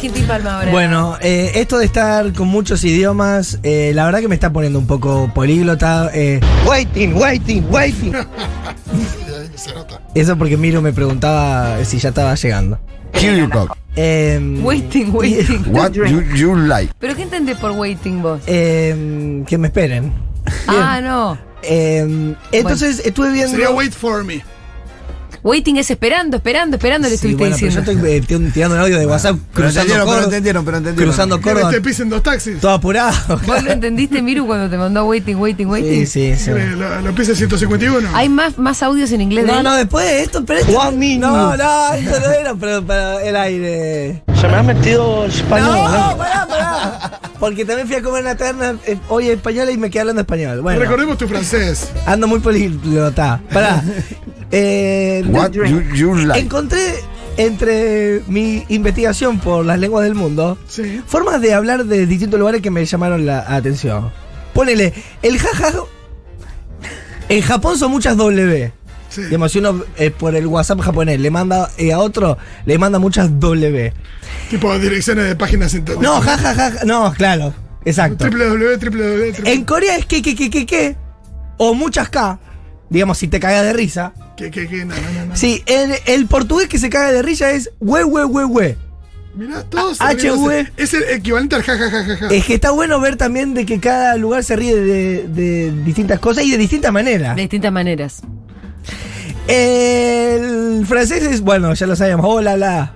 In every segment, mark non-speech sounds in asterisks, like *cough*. Kitty Palma ahora. Bueno, eh, esto de estar con muchos idiomas, eh, la verdad que me está poniendo un poco políglota. eh, Waiting, waiting, waiting. Se nota. eso porque Miro me preguntaba si ya estaba llegando. Here you go. Em, Waiting, *laughs* waiting. What you, you like. ¿Pero qué entendés por waiting vos? em, que me esperen. Ah, no. Em, entonces estuve viendo. Sería wait for me. Waiting es esperando, esperando, esperando, le Sí, estuviste bueno, pero diciendo. yo estoy eh, tirando- tirando un audio de WhatsApp Pero cruzando entendieron, pero Córdoba, entendieron, pero entendieron. Este cruzando Que Córdoba, te pisen dos taxis. todo *laughs* apurado. *laughs* ¿Vos lo entendiste, Miru, cuando te mandó waiting, waiting, waiting? Sí, sí, sí. Eh, Lo, lo pisen 151. ¿Hay más, más audios en inglés? de No, él? no, después de esto, pero esto- One minute. No, no, esto no era pero para el aire. Se me ha metido español. No, pará, pará. Porque también fui a comer una terna eh, hoy española y me quedé hablando español. Bueno, Recordemos tu francés. ando muy políglota. Pará. Eh, What you, you like. encontré entre mi investigación por las lenguas del mundo Sí. formas de hablar de distintos lugares que me llamaron la atención. Ponele, el jaja. En Japón son muchas W. Sí. Digamos, si uno eh, por el WhatsApp japonés le manda eh, a otro, le manda muchas W. Tipo direcciones de páginas internet. No, jajaja, no, claro, exacto. Triple W, triple W, triple En Corea es que, que, que, que, que, o muchas K, digamos, si te cagas de risa. Que, que, que, no, no, no, no. Sí, el, el portugués que se caga de risa es we, we, we, we. Mirá, todos. Ah, riéndose. HV. Es el equivalente al jajajajaja. Es que está bueno ver también de que cada lugar se ríe de, de distintas cosas y de distintas maneras. De distintas maneras. El francés es, bueno, ya lo sabíamos, hola, la.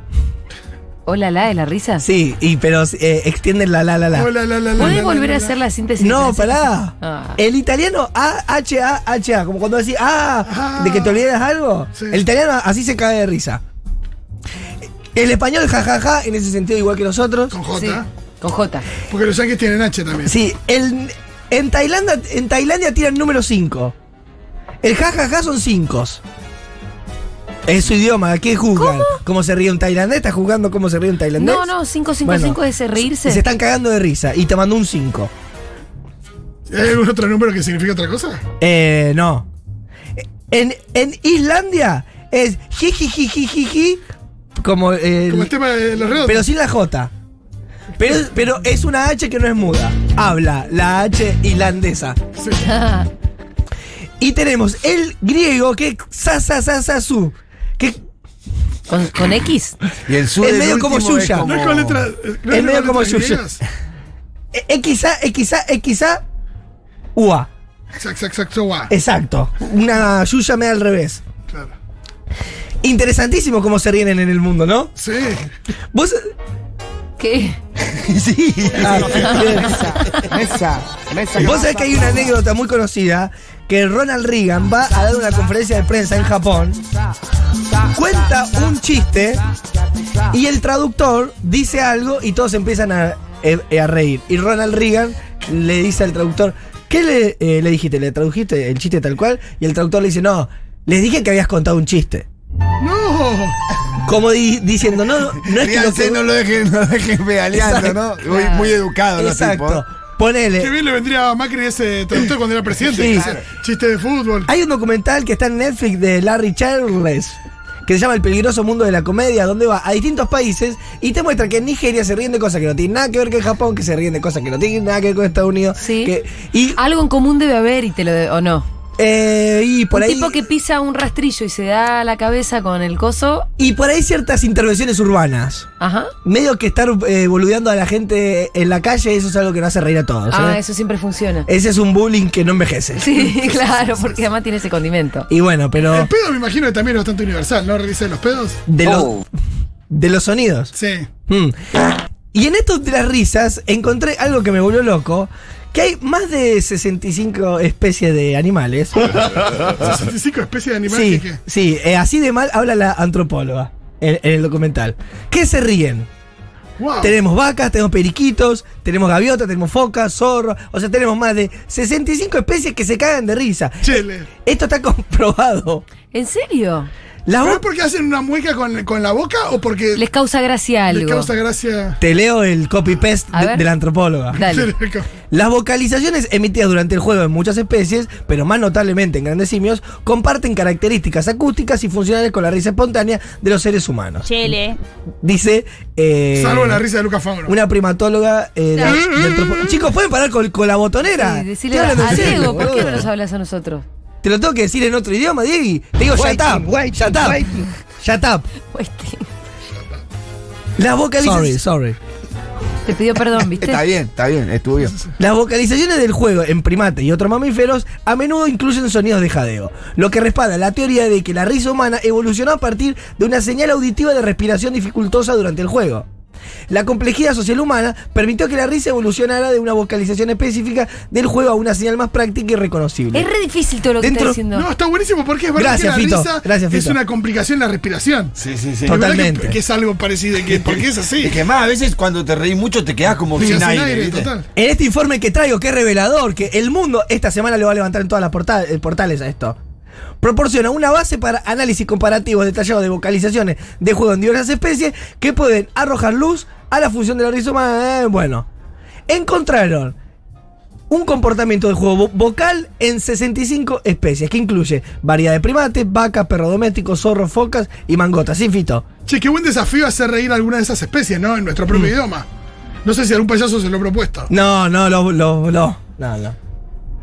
Hola, la de la risa. Sí, y, pero eh, extienden la, la, la, la. Hola, la, la, la, ¿Podés la, volver la, a la. hacer la síntesis? No, francesa? pará. Eh, Ah. El italiano A, H, A, H, A. Como cuando decís, ah, Ah. de que te olvidas algo. Sí. El italiano así se cae de risa. El español, jajaja, ja, ja, en ese sentido igual que nosotros. Con Ah, Sí, J. con J. Porque los yankees tienen H también. Sí, el, en, Tailandia, en Tailandia tiran número 5. El jajaja ja, ja son 5. Es su idioma, ¿qué juzgan? ¿Cómo? se ríe un tailandés? ¿Estás juzgando cómo se ríe un tailandés? No, no, 555 Bueno, es ese reírse. Se están cagando de risa y te mandó un 5. ¿Hay algún otro número que significa otra cosa? Eh, no. En, en Islandia es jijijijijiji, como el- Como el tema de los reos. pero sin la J. Pero, pero es una H que no es muda. Habla la H islandesa. Sí. Y tenemos el griego que es sa sa sa sa su. Que ¿Con, con X? Y el sur Es del medio como último es Yuya. No es con letras. No Es medio como Yuya. letras X A X A X A UA. Exacto, exacto, guau. Exacto. Una yuya me al revés. Claro. Interesantísimo cómo se ríen en el mundo, ¿no? Sí. Vos *laughs* ¿Qué? Sí. Ah, bien. Mesa, mesa. Vos sabés que hay una anécdota muy conocida que Ronald Reagan va a dar una conferencia de prensa en Japón, cuenta un chiste y el traductor dice algo y todos empiezan a, eh, a reír. Y Ronald Reagan le dice al traductor, ¿qué le, eh, le dijiste? ¿Le tradujiste el chiste tal cual? Y el traductor le dice, no, les dije que habías contado un chiste. No. Como di- diciendo, no, no es que lo Ríanse, que... no lo dejen, no lo dejen pedaleando, ¿no? Muy, muy educado los Exacto. tipos. Ponele. Qué bien le vendría a Macri ese traductor cuando era presidente. Sí. que hacía Chiste de fútbol. Hay un documental que está en Netflix de Larry Charles que se llama El peligroso mundo de la comedia, donde va a distintos países y te muestra que en Nigeria se ríen de cosas que no tienen nada que ver con Japón, que se ríen de cosas que no tienen nada que ver con Estados Unidos. Sí. que- y, Algo en común debe haber y te lo de- o no. eh, y por Un ahí. tipo que pisa un rastrillo y se da la cabeza con el coso. Y por ahí ciertas intervenciones urbanas. Ajá. Medio que estar eh, boludeando a la gente en la calle, eso es algo que no hace reír a todos. Ah, ¿eh? eso siempre funciona. *laughs* Ese es un bullying que no envejece. Sí, claro, porque además tiene ese condimento. Y bueno, pero El pedo me imagino que también es bastante universal, ¿no? Realiza los pedos. de, los- Oh. de los sonidos. Sí. Mm. Y en esto de las risas encontré algo que me volvió loco, que hay más de 65 especies de animales. 65 especies de animales Ah. Sí, que que- sí, eh, así de mal habla la antropóloga en, en el documental. Que se ríen. Wow. Tenemos vacas, tenemos periquitos, tenemos gaviotas, tenemos focas, zorros, o sea, tenemos más de 65 especies que se cagan de risa. Chele. Esto está *laughs* comprobado. ¿En serio? La ¿Pero voz. es porque hacen una mueca con, con la boca o porque Les causa gracia les algo. causa gracia? Te leo el copy-paste A de- ver. de la antropóloga. *laughs* Dale. Las vocalizaciones emitidas durante el juego en muchas especies, pero más notablemente en grandes simios, comparten características acústicas y funcionales con la risa espontánea de los seres humanos. Chele. Dice. eh, Salvo la risa de Mm, Lucas Fabro. Una primatóloga. eh, de- Claro. de antropo- Chicos, ¿pueden parar con, con la botonera? Sí, decirle Estoy a hablando en serio, Diego, ¿por qué no boludo. nos hablas a nosotros? Te lo tengo que decir en otro idioma, Diego. Te digo, shut up. shut up. Shut up. Pues te, Las vocalizaciones. te pidió perdón, ¿viste? Está bien, está bien, estuvo bien. Las vocalizaciones del juego en primates y otros mamíferos a menudo incluyen sonidos de jadeo, lo que respalda la teoría de que la risa humana evolucionó a partir de una señal auditiva de respiración dificultosa durante el juego. La complejidad social humana permitió que la risa evolucionara de una vocalización específica del juego a una señal más práctica y reconocible. Es re difícil todo lo que Dentro- estás diciendo. No, está buenísimo porque es verdad Gracias, que la Fito. risa Gracias, es Fito. una complicación en la respiración. Sí, sí, sí. Es verdad Totalmente. Que, que es algo parecido, que, porque es así. Y que más, a veces cuando te reís mucho te quedás como Porque sin, sin aire. aire, ¿viste? total. En este informe que traigo, que es revelador, que el mundo esta semana le va a levantar en todas las porta- eh, portales a esto. Proporciona una base para análisis comparativos detallados de vocalizaciones de juego en diversas especies que pueden arrojar luz a la función de la risa humana. Eh, bueno, encontraron un comportamiento de juego vo- vocal en 65 especies, que incluye variedad de primates, vacas, perros domésticos, zorros, focas y mangotas. Sí, Fito. Che, qué buen desafío hacer reír a alguna de esas especies, ¿no? En nuestro propio idioma. No sé si algún payaso se lo ha propuesto. No, no, lo, lo, lo- no, no.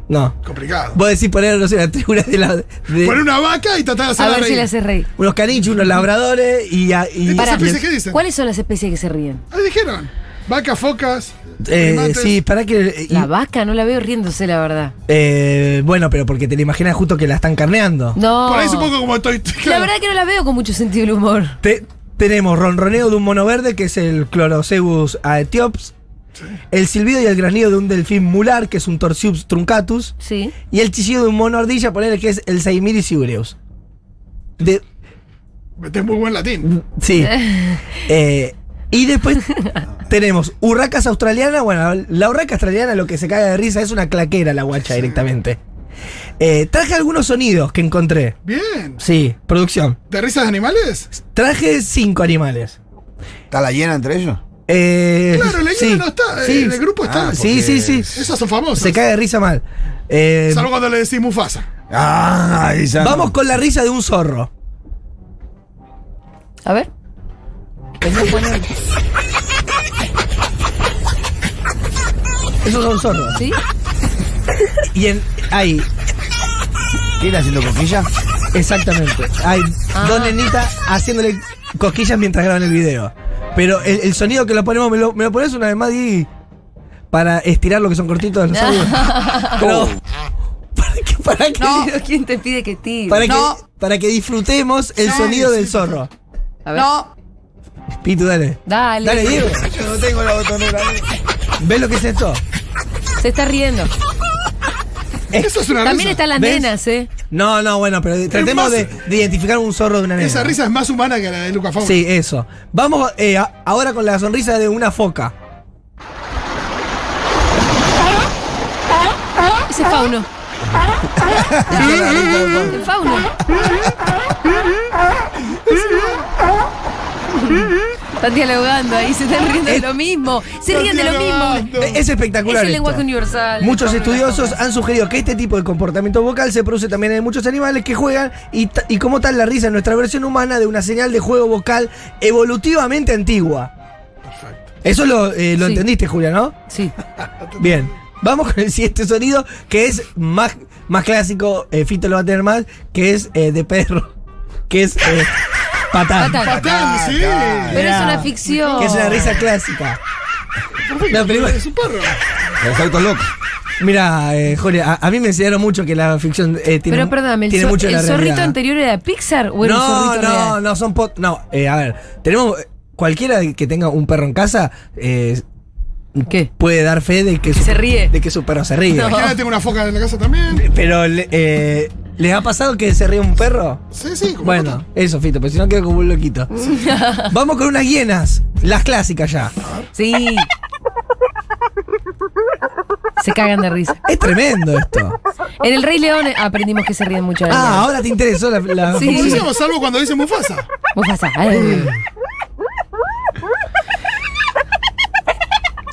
No. Complicado. Vos decís poner, no sé, la tribuna de la. de- Poner una vaca y tratar de a hacerla ver si reír. le haces reír. unos caniches, unos labradores y. a- y- Entonces, y- Pará. especies que dicen? ¿Cuáles son las especies que se ríen? Ahí Ah, dijeron. Vacas, focas. eh, primates. sí, para que. y- La vaca no la veo riéndose, la verdad. eh, bueno, pero porque te lo imaginas justo que la están carneando. No. Por ahí es un poco como estoy. La verdad que no la veo con mucho sentido del humor. Te- tenemos ronroneo de un mono verde, que es el Chloroceus aetiops. El silbido y el granido de un delfín mular, que es un Torsius truncatus. Sí. Y el chillido de un mono ardilla, ponele que es el Saimiris iureus. De, Metés este muy buen latín. Sí. Eh, y después *laughs* tenemos urracas australianas. Bueno, la urraca australiana lo que se caga de risa es una claquera la guacha directamente. Eh, traje algunos sonidos que encontré. Bien. Sí, producción. ¿De risas de animales? Traje cinco animales. ¿Está la hiena entre ellos? Eh, Claro, la sí, hiena no está. eh, sí. En el grupo está. Ah, Sí, sí, sí. Esas son famosas. Se caga de risa mal. Eh, Salvo cuando le decís Mufasa. Ah, ahí ya. vamos con la risa de un zorro. A ver. Esos son zorros. ¿Sí? Y en, ahí, ¿Quién haciendo coquillas? Exactamente. Hay Ah. dos nenitas haciéndole cosquillas mientras graban el video. Pero el, el sonido que lo ponemos, ¿me lo, me lo pones una vez más, Di? Para estirar lo que son cortitos los audios. *laughs* Oh. Pero, para que, para que, No. ¿Quién te pide que tire? para que- No. para que disfrutemos el Sí, sonido sí, del sí. zorro. A ver. No, Pitu, dale. Dale. Dale, Diego. Yo no tengo la botonera. eh. ¿Ves lo que es esto? Se está riendo. Eso es una También risa. están las ¿Ves? nenas, ¿eh? No, no, bueno, pero tratemos más- de, de identificar un zorro de una nena. Esa risa es más humana que la de Lucas Fabro. Sí, eso. Vamos eh, a- ahora con la sonrisa de una foca. Ese es fauno. El fauno. Están dialogando ahí, se están riendo de lo mismo. Se ríen de lo mismo. Eh, Es espectacular. Es el esto. lenguaje universal. Muchos Fauno, estudiosos la han sugerido que este tipo de comportamiento vocal se produce también en muchos animales que juegan y, ta- y como tal la risa es nuestra versión humana de una señal de juego vocal evolutivamente antigua. Perfecto. Eso lo, eh, lo Sí. entendiste, Julia, ¿no? fauna. Sí. Bien. Vamos con el siguiente sonido que es más, más clásico, eh, Fito lo va a tener más, que es eh, de perro, que es eh, *laughs* patán. Patán. Patán, sí. Pero es una ficción. Que es una risa clásica. La primera- Es un perro. Los autos locos. Mira, eh, Julia, a, a mí me enseñaron mucho que la ficción eh, tiene, Pero perdóname, ¿el, tiene zor- mucho de el la zorrito realidad. anterior era Pixar o era un no, zorrito no, real? no, son pot. No, eh, a ver, tenemos. Cualquiera que tenga un perro en casa eh, ¿Qué? puede dar fe de que. Se ríe. De que su perro se ríe. No. Ahora tengo una foca en la casa también. Pero, le- eh, ¿les ha pasado que se ríe un perro? Sí, sí. como Bueno, patán. eso, Fito, pero si no quedo como *laughs* un loquito. Vamos con unas hienas, las clásicas ya. Sí. Se cagan de risa. Es tremendo esto. En El Rey León aprendimos que se ríen mucho. de los Ah, leones. ahora te interesó la. la- Sí. Como decíamos, salvo cuando dice Mufasa. Vos pasás. ay.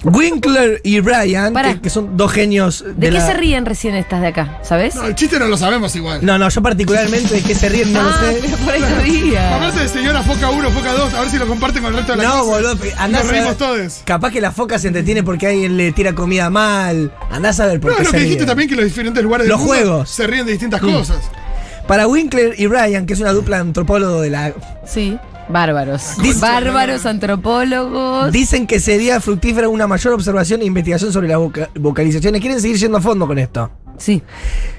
Winkler y Brian, Pará. que, que son dos genios. ¿De qué la- se ríen recién estas de acá? ¿Sabes? No, el chiste no lo sabemos igual. No, no, yo particularmente de qué se ríen no lo ah, sé. pero por ahí sabía. Aparte de señora Foca 1, Foca 2, a ver si lo comparten con el resto de la No, clase. boludo, andás a Nos ver. reímos todos. Capaz que la foca se entretiene porque alguien le tira comida mal. Andás a ver por No, qué lo se que dijiste ríen. también que los diferentes lugares Los del mundo juegos. Mm. se ríen de distintas cosas. Para Winkler y Brian, que es una dupla antropólogo de la. Sí. Bárbaros. Dice- Bárbaros, antropólogos. Dicen que sería fructífera una mayor observación e investigación sobre las voca- vocalizaciones. Quieren seguir yendo a fondo con esto. Sí.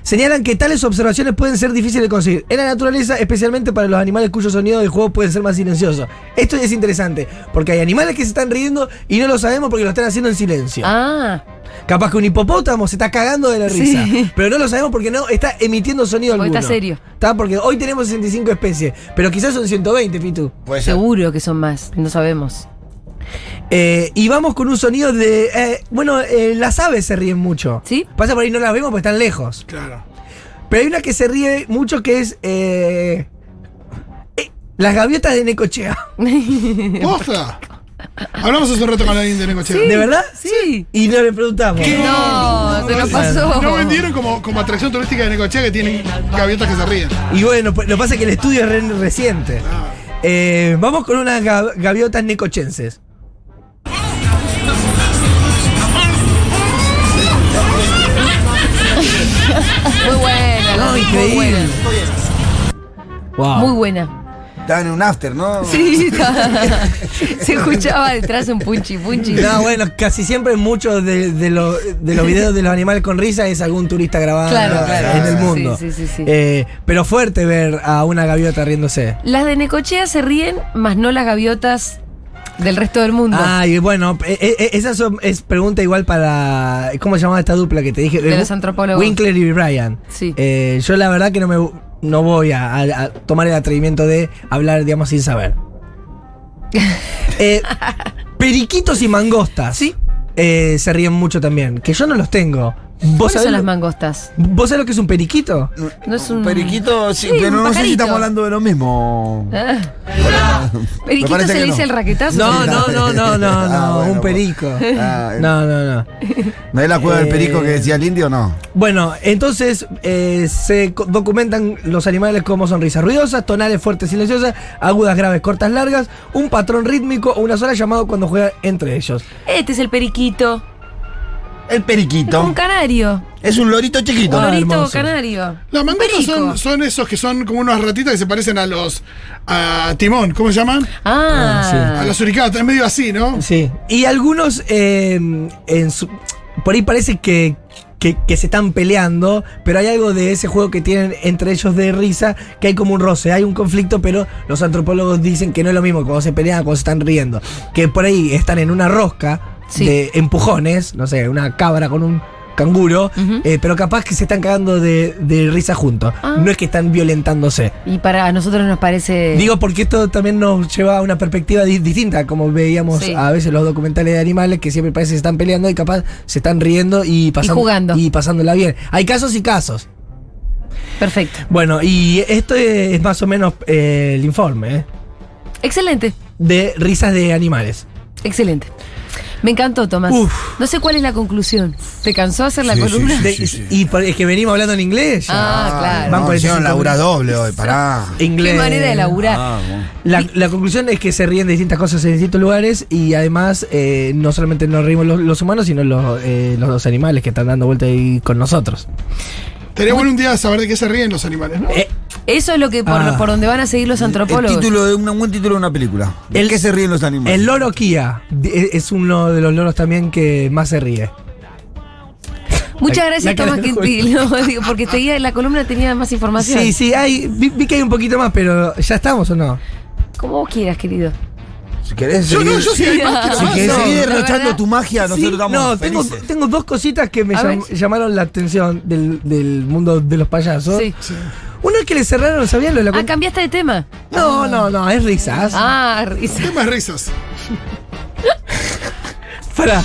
Señalan que tales observaciones pueden ser difíciles de conseguir en la naturaleza, especialmente para los animales cuyos sonidos del juego pueden ser más silenciosos. Esto es interesante, porque hay animales que se están riendo y no lo sabemos porque lo están haciendo en silencio. Ah, Capaz que un hipopótamo se está cagando de la Sí. risa, pero no lo sabemos porque no está emitiendo sonido Hoy alguno. está serio. Está porque hoy tenemos 65 especies, pero quizás son 120, Pitu. Puede ser. seguro que son más. No sabemos. Eh, y vamos con un sonido de. eh, bueno, eh, las aves se ríen mucho. Sí. Pasa por ahí, no las vemos porque están lejos. Claro. Pero hay una que se ríe mucho que es. eh, eh, las gaviotas de Necochea. ¡Posta! Hablamos hace un rato con alguien de Necochea. ¿De verdad? Sí. Y no le preguntamos. No, se nos pasó. No vendieron como, como atracción turística de Necochea que tienen gaviotas que se ríen. Y bueno, pues, lo que pasa es que el estudio es re reciente. Ah. Eh, vamos con unas ga- gaviotas necochenses. Muy buena. No, la- increíble. Muy buena. Wow. Muy buena. Estaban en un after, ¿no? Sí, está. Se escuchaba detrás un punchi punchi. No, bueno, casi siempre muchos de, de lo- de los videos de los animales con risa es algún turista grabando Claro, claro. en el Sí, mundo. sí, sí, sí. Eh, pero fuerte ver a una gaviota riéndose. Las de Necochea se ríen, más no las gaviotas del resto del mundo. Ah, Ay, bueno, eh, eh, esa son- es pregunta igual para. ¿Cómo se llamaba esta dupla que te dije? De Eh, los antropólogos. Winkler y Brian. Sí. Eh, yo la verdad que no me no voy a, a- a tomar el atrevimiento de hablar, digamos, *laughs* sin saber. Eh, periquitos y mangostas. Sí. Eh, se ríen mucho también. Que yo no los tengo. ¿Cuáles ¿Vos sabés, son las lo- mangostas? ¿Vos sabés lo que es un periquito? No es un- Periquito, sí, Sí, pero un no sé si pajarito. estamos hablando de lo mismo. Ah. Me Periquito parece se que le dice no. el raquetazo. No, no, no, no, no, no. *laughs* Ah, bueno, un pues. perico. Ah, No, Eh. no, no. ¿No es la cueva del perico que decía el indio no? Bueno, entonces eh, se co- documentan los animales como sonrisas ruidosas, tonales fuertes silenciosas, agudas graves, cortas largas, un patrón rítmico o una sola llamado cuando juegan entre ellos. Este es el periquito. Es El como periquito. un canario. Es un lorito chiquito. Ah, Lorito hermoso. canario. Las mangostas Perico. son, son esos que son como unas ratitas que se parecen a los. a Timón, ¿cómo se llaman? A Ah. los suricatas, es medio así, ¿no? Sí. Y algunos, eh, en su- por ahí parece que, que- que se están peleando, pero hay algo de ese juego que tienen entre ellos de risa, que hay como un roce, hay un conflicto, pero los antropólogos dicen que no es lo mismo cuando se pelean, cuando se están riendo. Que por ahí están en una rosca Sí. de empujones, no sé, una cabra con un canguro, Ujú. eh, pero capaz que se están cagando de, de risa juntos. Ah. No es que están violentándose. Y para nosotros nos parece. Digo porque esto también nos lleva a una perspectiva di- distinta, como veíamos Sí. a veces los documentales de animales que siempre parece que se están peleando y capaz se están riendo y, pasan- jugando. y pasándola bien. Hay casos y casos. Perfecto. Bueno, y esto es más o menos eh, el informe ¿eh? Excelente. de risas de animales. Excelente. Me encantó, Tomás. Uf. No sé cuál es la conclusión. ¿Te cansó hacer la Sí, sí, columna? sí. De- Y por- es que venimos hablando en inglés. ya. Ah, claro. Van Van no, hicieron 45 laburar doble hoy, pará. Inglés. Qué manera de laburar. Ah, bueno. La, la conclusión es que se ríen de distintas cosas en distintos lugares y además eh, no solamente nos reímos los, los humanos, sino los, eh, los dos animales que están dando vuelta ahí con nosotros. Estaría bueno un día saber de qué se ríen los animales, ¿no? Eh, Eso es lo que por, Ah. por donde van a seguir los El antropólogos. título de una- un buen título de una película. ¿De El- qué se ríen los animales? el loro Kia di- e, es uno de los loros también que más se ríe. Muchas La- gracias, la cara Tomás del Quintil. No, digo, porque te guía- la columna tenía más información. Sí, sí, hay, vi, vi que hay un poquito más, pero ¿ya estamos o no? Como vos quieras, querido. Si querés Yo no, seguir- yo sí, hay más quiero Si más. querés no, seguir la derrochando verdad- tu magia, nosotros Sí, estamos no, tengo, felices. tengo dos cositas que me A llam- ver. llamaron la atención del, del mundo de los payasos. Sí. Uno es que le cerraron, ¿sabían lo de la Ah, cuenta? cambiaste de tema. No, no, no, es risas. Ah, risa. ¿Qué más risas? Para.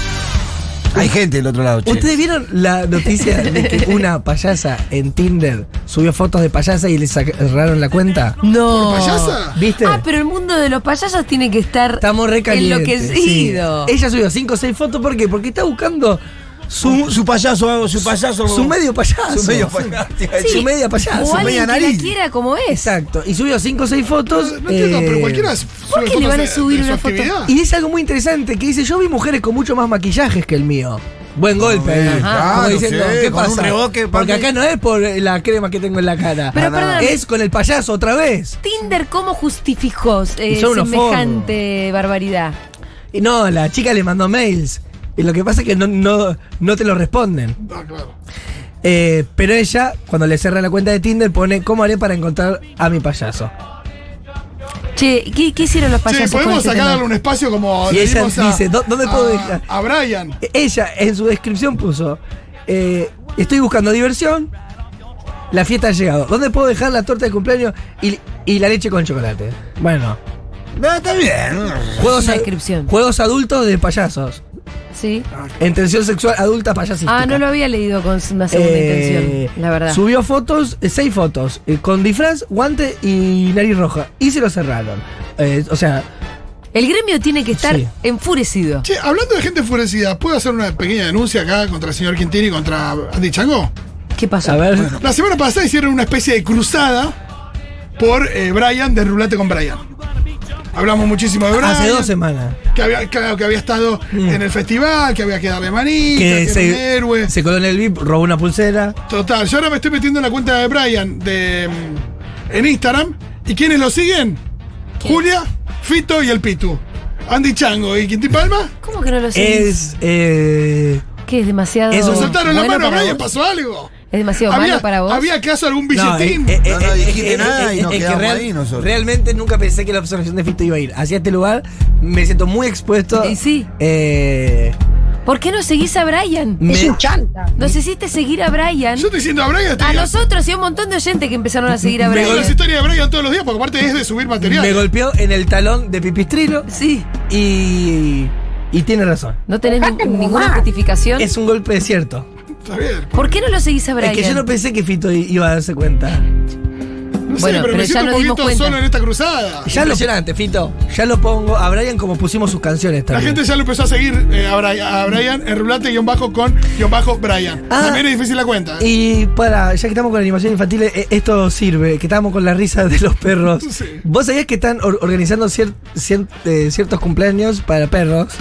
Hay gente del otro lado, che. ¿Ustedes vieron la noticia de que *laughs* una payasa en Tinder subió fotos de payasa y le sac- cerraron la cuenta? Oh, No. ¿Payasa? ¿Viste? Ah, pero el mundo de los payasos tiene que estar Este. Estamos re calientes, enloquecido. sí. Ella subió 5 o 6 fotos, ¿por qué? Porque está buscando su, Su, su payaso, su payaso. su medio payaso. Su medio payaso. Sí, su media payaso, O su alguien media que la nariz. quiera como es. Exacto. Y subió 5 o 6 fotos. No entiendo, eh, pero cualquiera. sube ¿por qué le fotos van a de- de subir su una foto? actividad. Y dice algo muy interesante que dice, yo vi mujeres con mucho más maquillajes que el mío. Buen golpe. ahí. Ajá. Como claro, diciendo, sí, ¿qué con pasa? un reboque, Porque papi. acá no es por la crema que tengo en la cara. Ah, Pero No, no, no. perdóname. Es con el payaso otra vez. Tinder, ¿cómo justificó eh, Son unos semejante barbaridad? Y no, la chica le mandó mails. Y lo que pasa es que no, no, no te lo responden. Ah, claro. Eh, pero ella, cuando le cierra la cuenta de Tinder, pone ¿Cómo haré para encontrar a mi payaso? Che, ¿qué, qué hicieron los Sí, payasos? con podemos este sacar tema? un espacio como. Y le ella dimos dice, "¿Dó- dónde puedo a- dejar?" A Brian. E-, Ella en su descripción puso, eh, estoy buscando diversión, la fiesta ha llegado. ¿Dónde puedo dejar la torta de cumpleaños y, y la leche con chocolate? Bueno, No, está bien. juegos, Una ad- descripción. juegos adultos de payasos. Sí. Ah. Intención sexual adulta payasística. Ah, no lo había leído con una segunda Eh, intención, la verdad. Subió fotos, eh, seis fotos, eh, con disfraz, guante y nariz roja. Y se lo cerraron. Eh, o sea, El gremio tiene que estar Sí. enfurecido. Che, hablando de gente enfurecida, ¿puedo hacer una pequeña denuncia acá contra el señor Quintini y contra Andy Chango? ¿Qué pasó? a ver. La semana pasada hicieron una especie de cruzada por eh, Brian, de Rulate con Brian. Hablamos muchísimo de Brian. Hace dos semanas. Mm. Que había, claro, que había estado en el festival, que había que darle manita, que, Que era un héroe. se, se coló en el VIP, robó una pulsera. Total, yo ahora me estoy metiendo en la cuenta de Brian de, mm, en Instagram. ¿Y quiénes lo siguen? Julia, Fito y el Pitu. Andy Chango y Quintín Palma. ¿Cómo que no lo sé? Es. Eh, ¿Qué es demasiado. Eso, Se soltaron la bueno mano a para Brian, vos? pasó algo. ¿Es demasiado malo para vos? ¿Había acaso algún no, billetín? eh, eh, No, no eh, dijiste eh, nada y eh, nos es que quedamos ahí nosotros. Realmente nunca pensé que la observación de Fito iba a ir. Hacia este lugar me siento muy expuesto. Y sí. Eh, ¿Por qué no seguís a Brian? me- Nos hiciste seguir a Brian. Yo estoy diciendo a A Brian. estoy- nosotros y a un montón de oyentes que empezaron a seguir a Veo las Brian. historias de Brian todos los días porque aparte es de subir material. me golpeó en el talón de pipistrilo Sí, y. Y tiene razón. no tenés ni- ninguna justificación. Es un golpe cierto. Está bien. ¿Por qué no lo seguís a Brian? Es que yo no pensé que Fito i- iba a darse cuenta. No Bueno, sé, pero, pero ya me siento nos un dimos poquito cuenta. solo en esta cruzada. Ya lo, Fito. Ya lo pongo a Brian como pusimos sus canciones La también. gente ya lo empezó a seguir eh, a Brian, a Brian en rulate guión bajo con guión bajo Brian. Ah. También es difícil la cuenta. ¿eh? Y para, ya que estamos con animación infantil, eh, esto sirve, que estábamos con la risa de los perros. *laughs* Sí. ¿Vos sabías que están or- organizando cier- cien- eh, ciertos cumpleaños para perros? *laughs*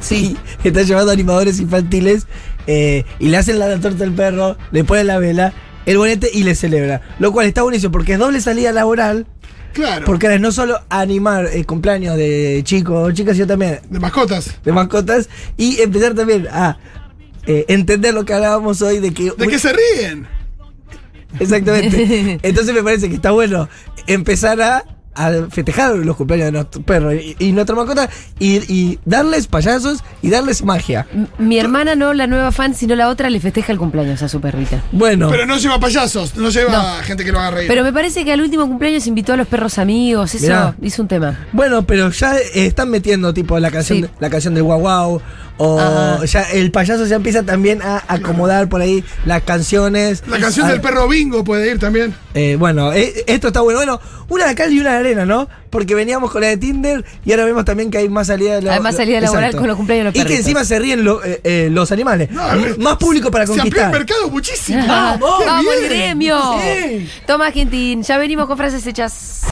Sí. Están llevando animadores infantiles eh, y le hacen la torta al perro, le ponen la vela, el bonete y le celebra. Lo cual está buenísimo porque es doble salida laboral, Claro. porque ahora es no solo animar eh, cumpleaños de chicos o chicas, sino también De mascotas. de mascotas y empezar también a eh, entender lo que hablábamos hoy de que... ¿De qué se ríen? *laughs* Exactamente. Entonces me parece que está bueno empezar a, a festejar los cumpleaños de nuestros perros y, y nuestra mascota y, y darles payasos y darles magia. M- Mi hermana no la nueva fan, sino la otra le festeja el cumpleaños a su perrita. Bueno, Pero no lleva payasos, no lleva gente que lo haga reír. Pero me parece que al último cumpleaños invitó a los perros amigos, eso Mirá. hizo un tema. bueno, pero ya eh, están metiendo tipo la canción, Sí. la canción del guau guau o Ajá. ya el payaso ya empieza también a acomodar por ahí las canciones. la canción Ah, del perro bingo puede ir también. eh, bueno, eh, esto está bueno. Bueno, una de cal y una de arena, ¿no? Porque veníamos con la de Tinder y ahora vemos también que hay más salida de la- Hay más salida laboral con los cumpleaños de los Y que perritos. encima se ríen lo- eh, eh, los animales. No, a ver, más público para Se amplió el conquistar. mercado *laughs* muchísimo. ¡Vamos, ¡Qué el bien! gremio! Sí. Toma, Gentín, ya venimos con frases hechas.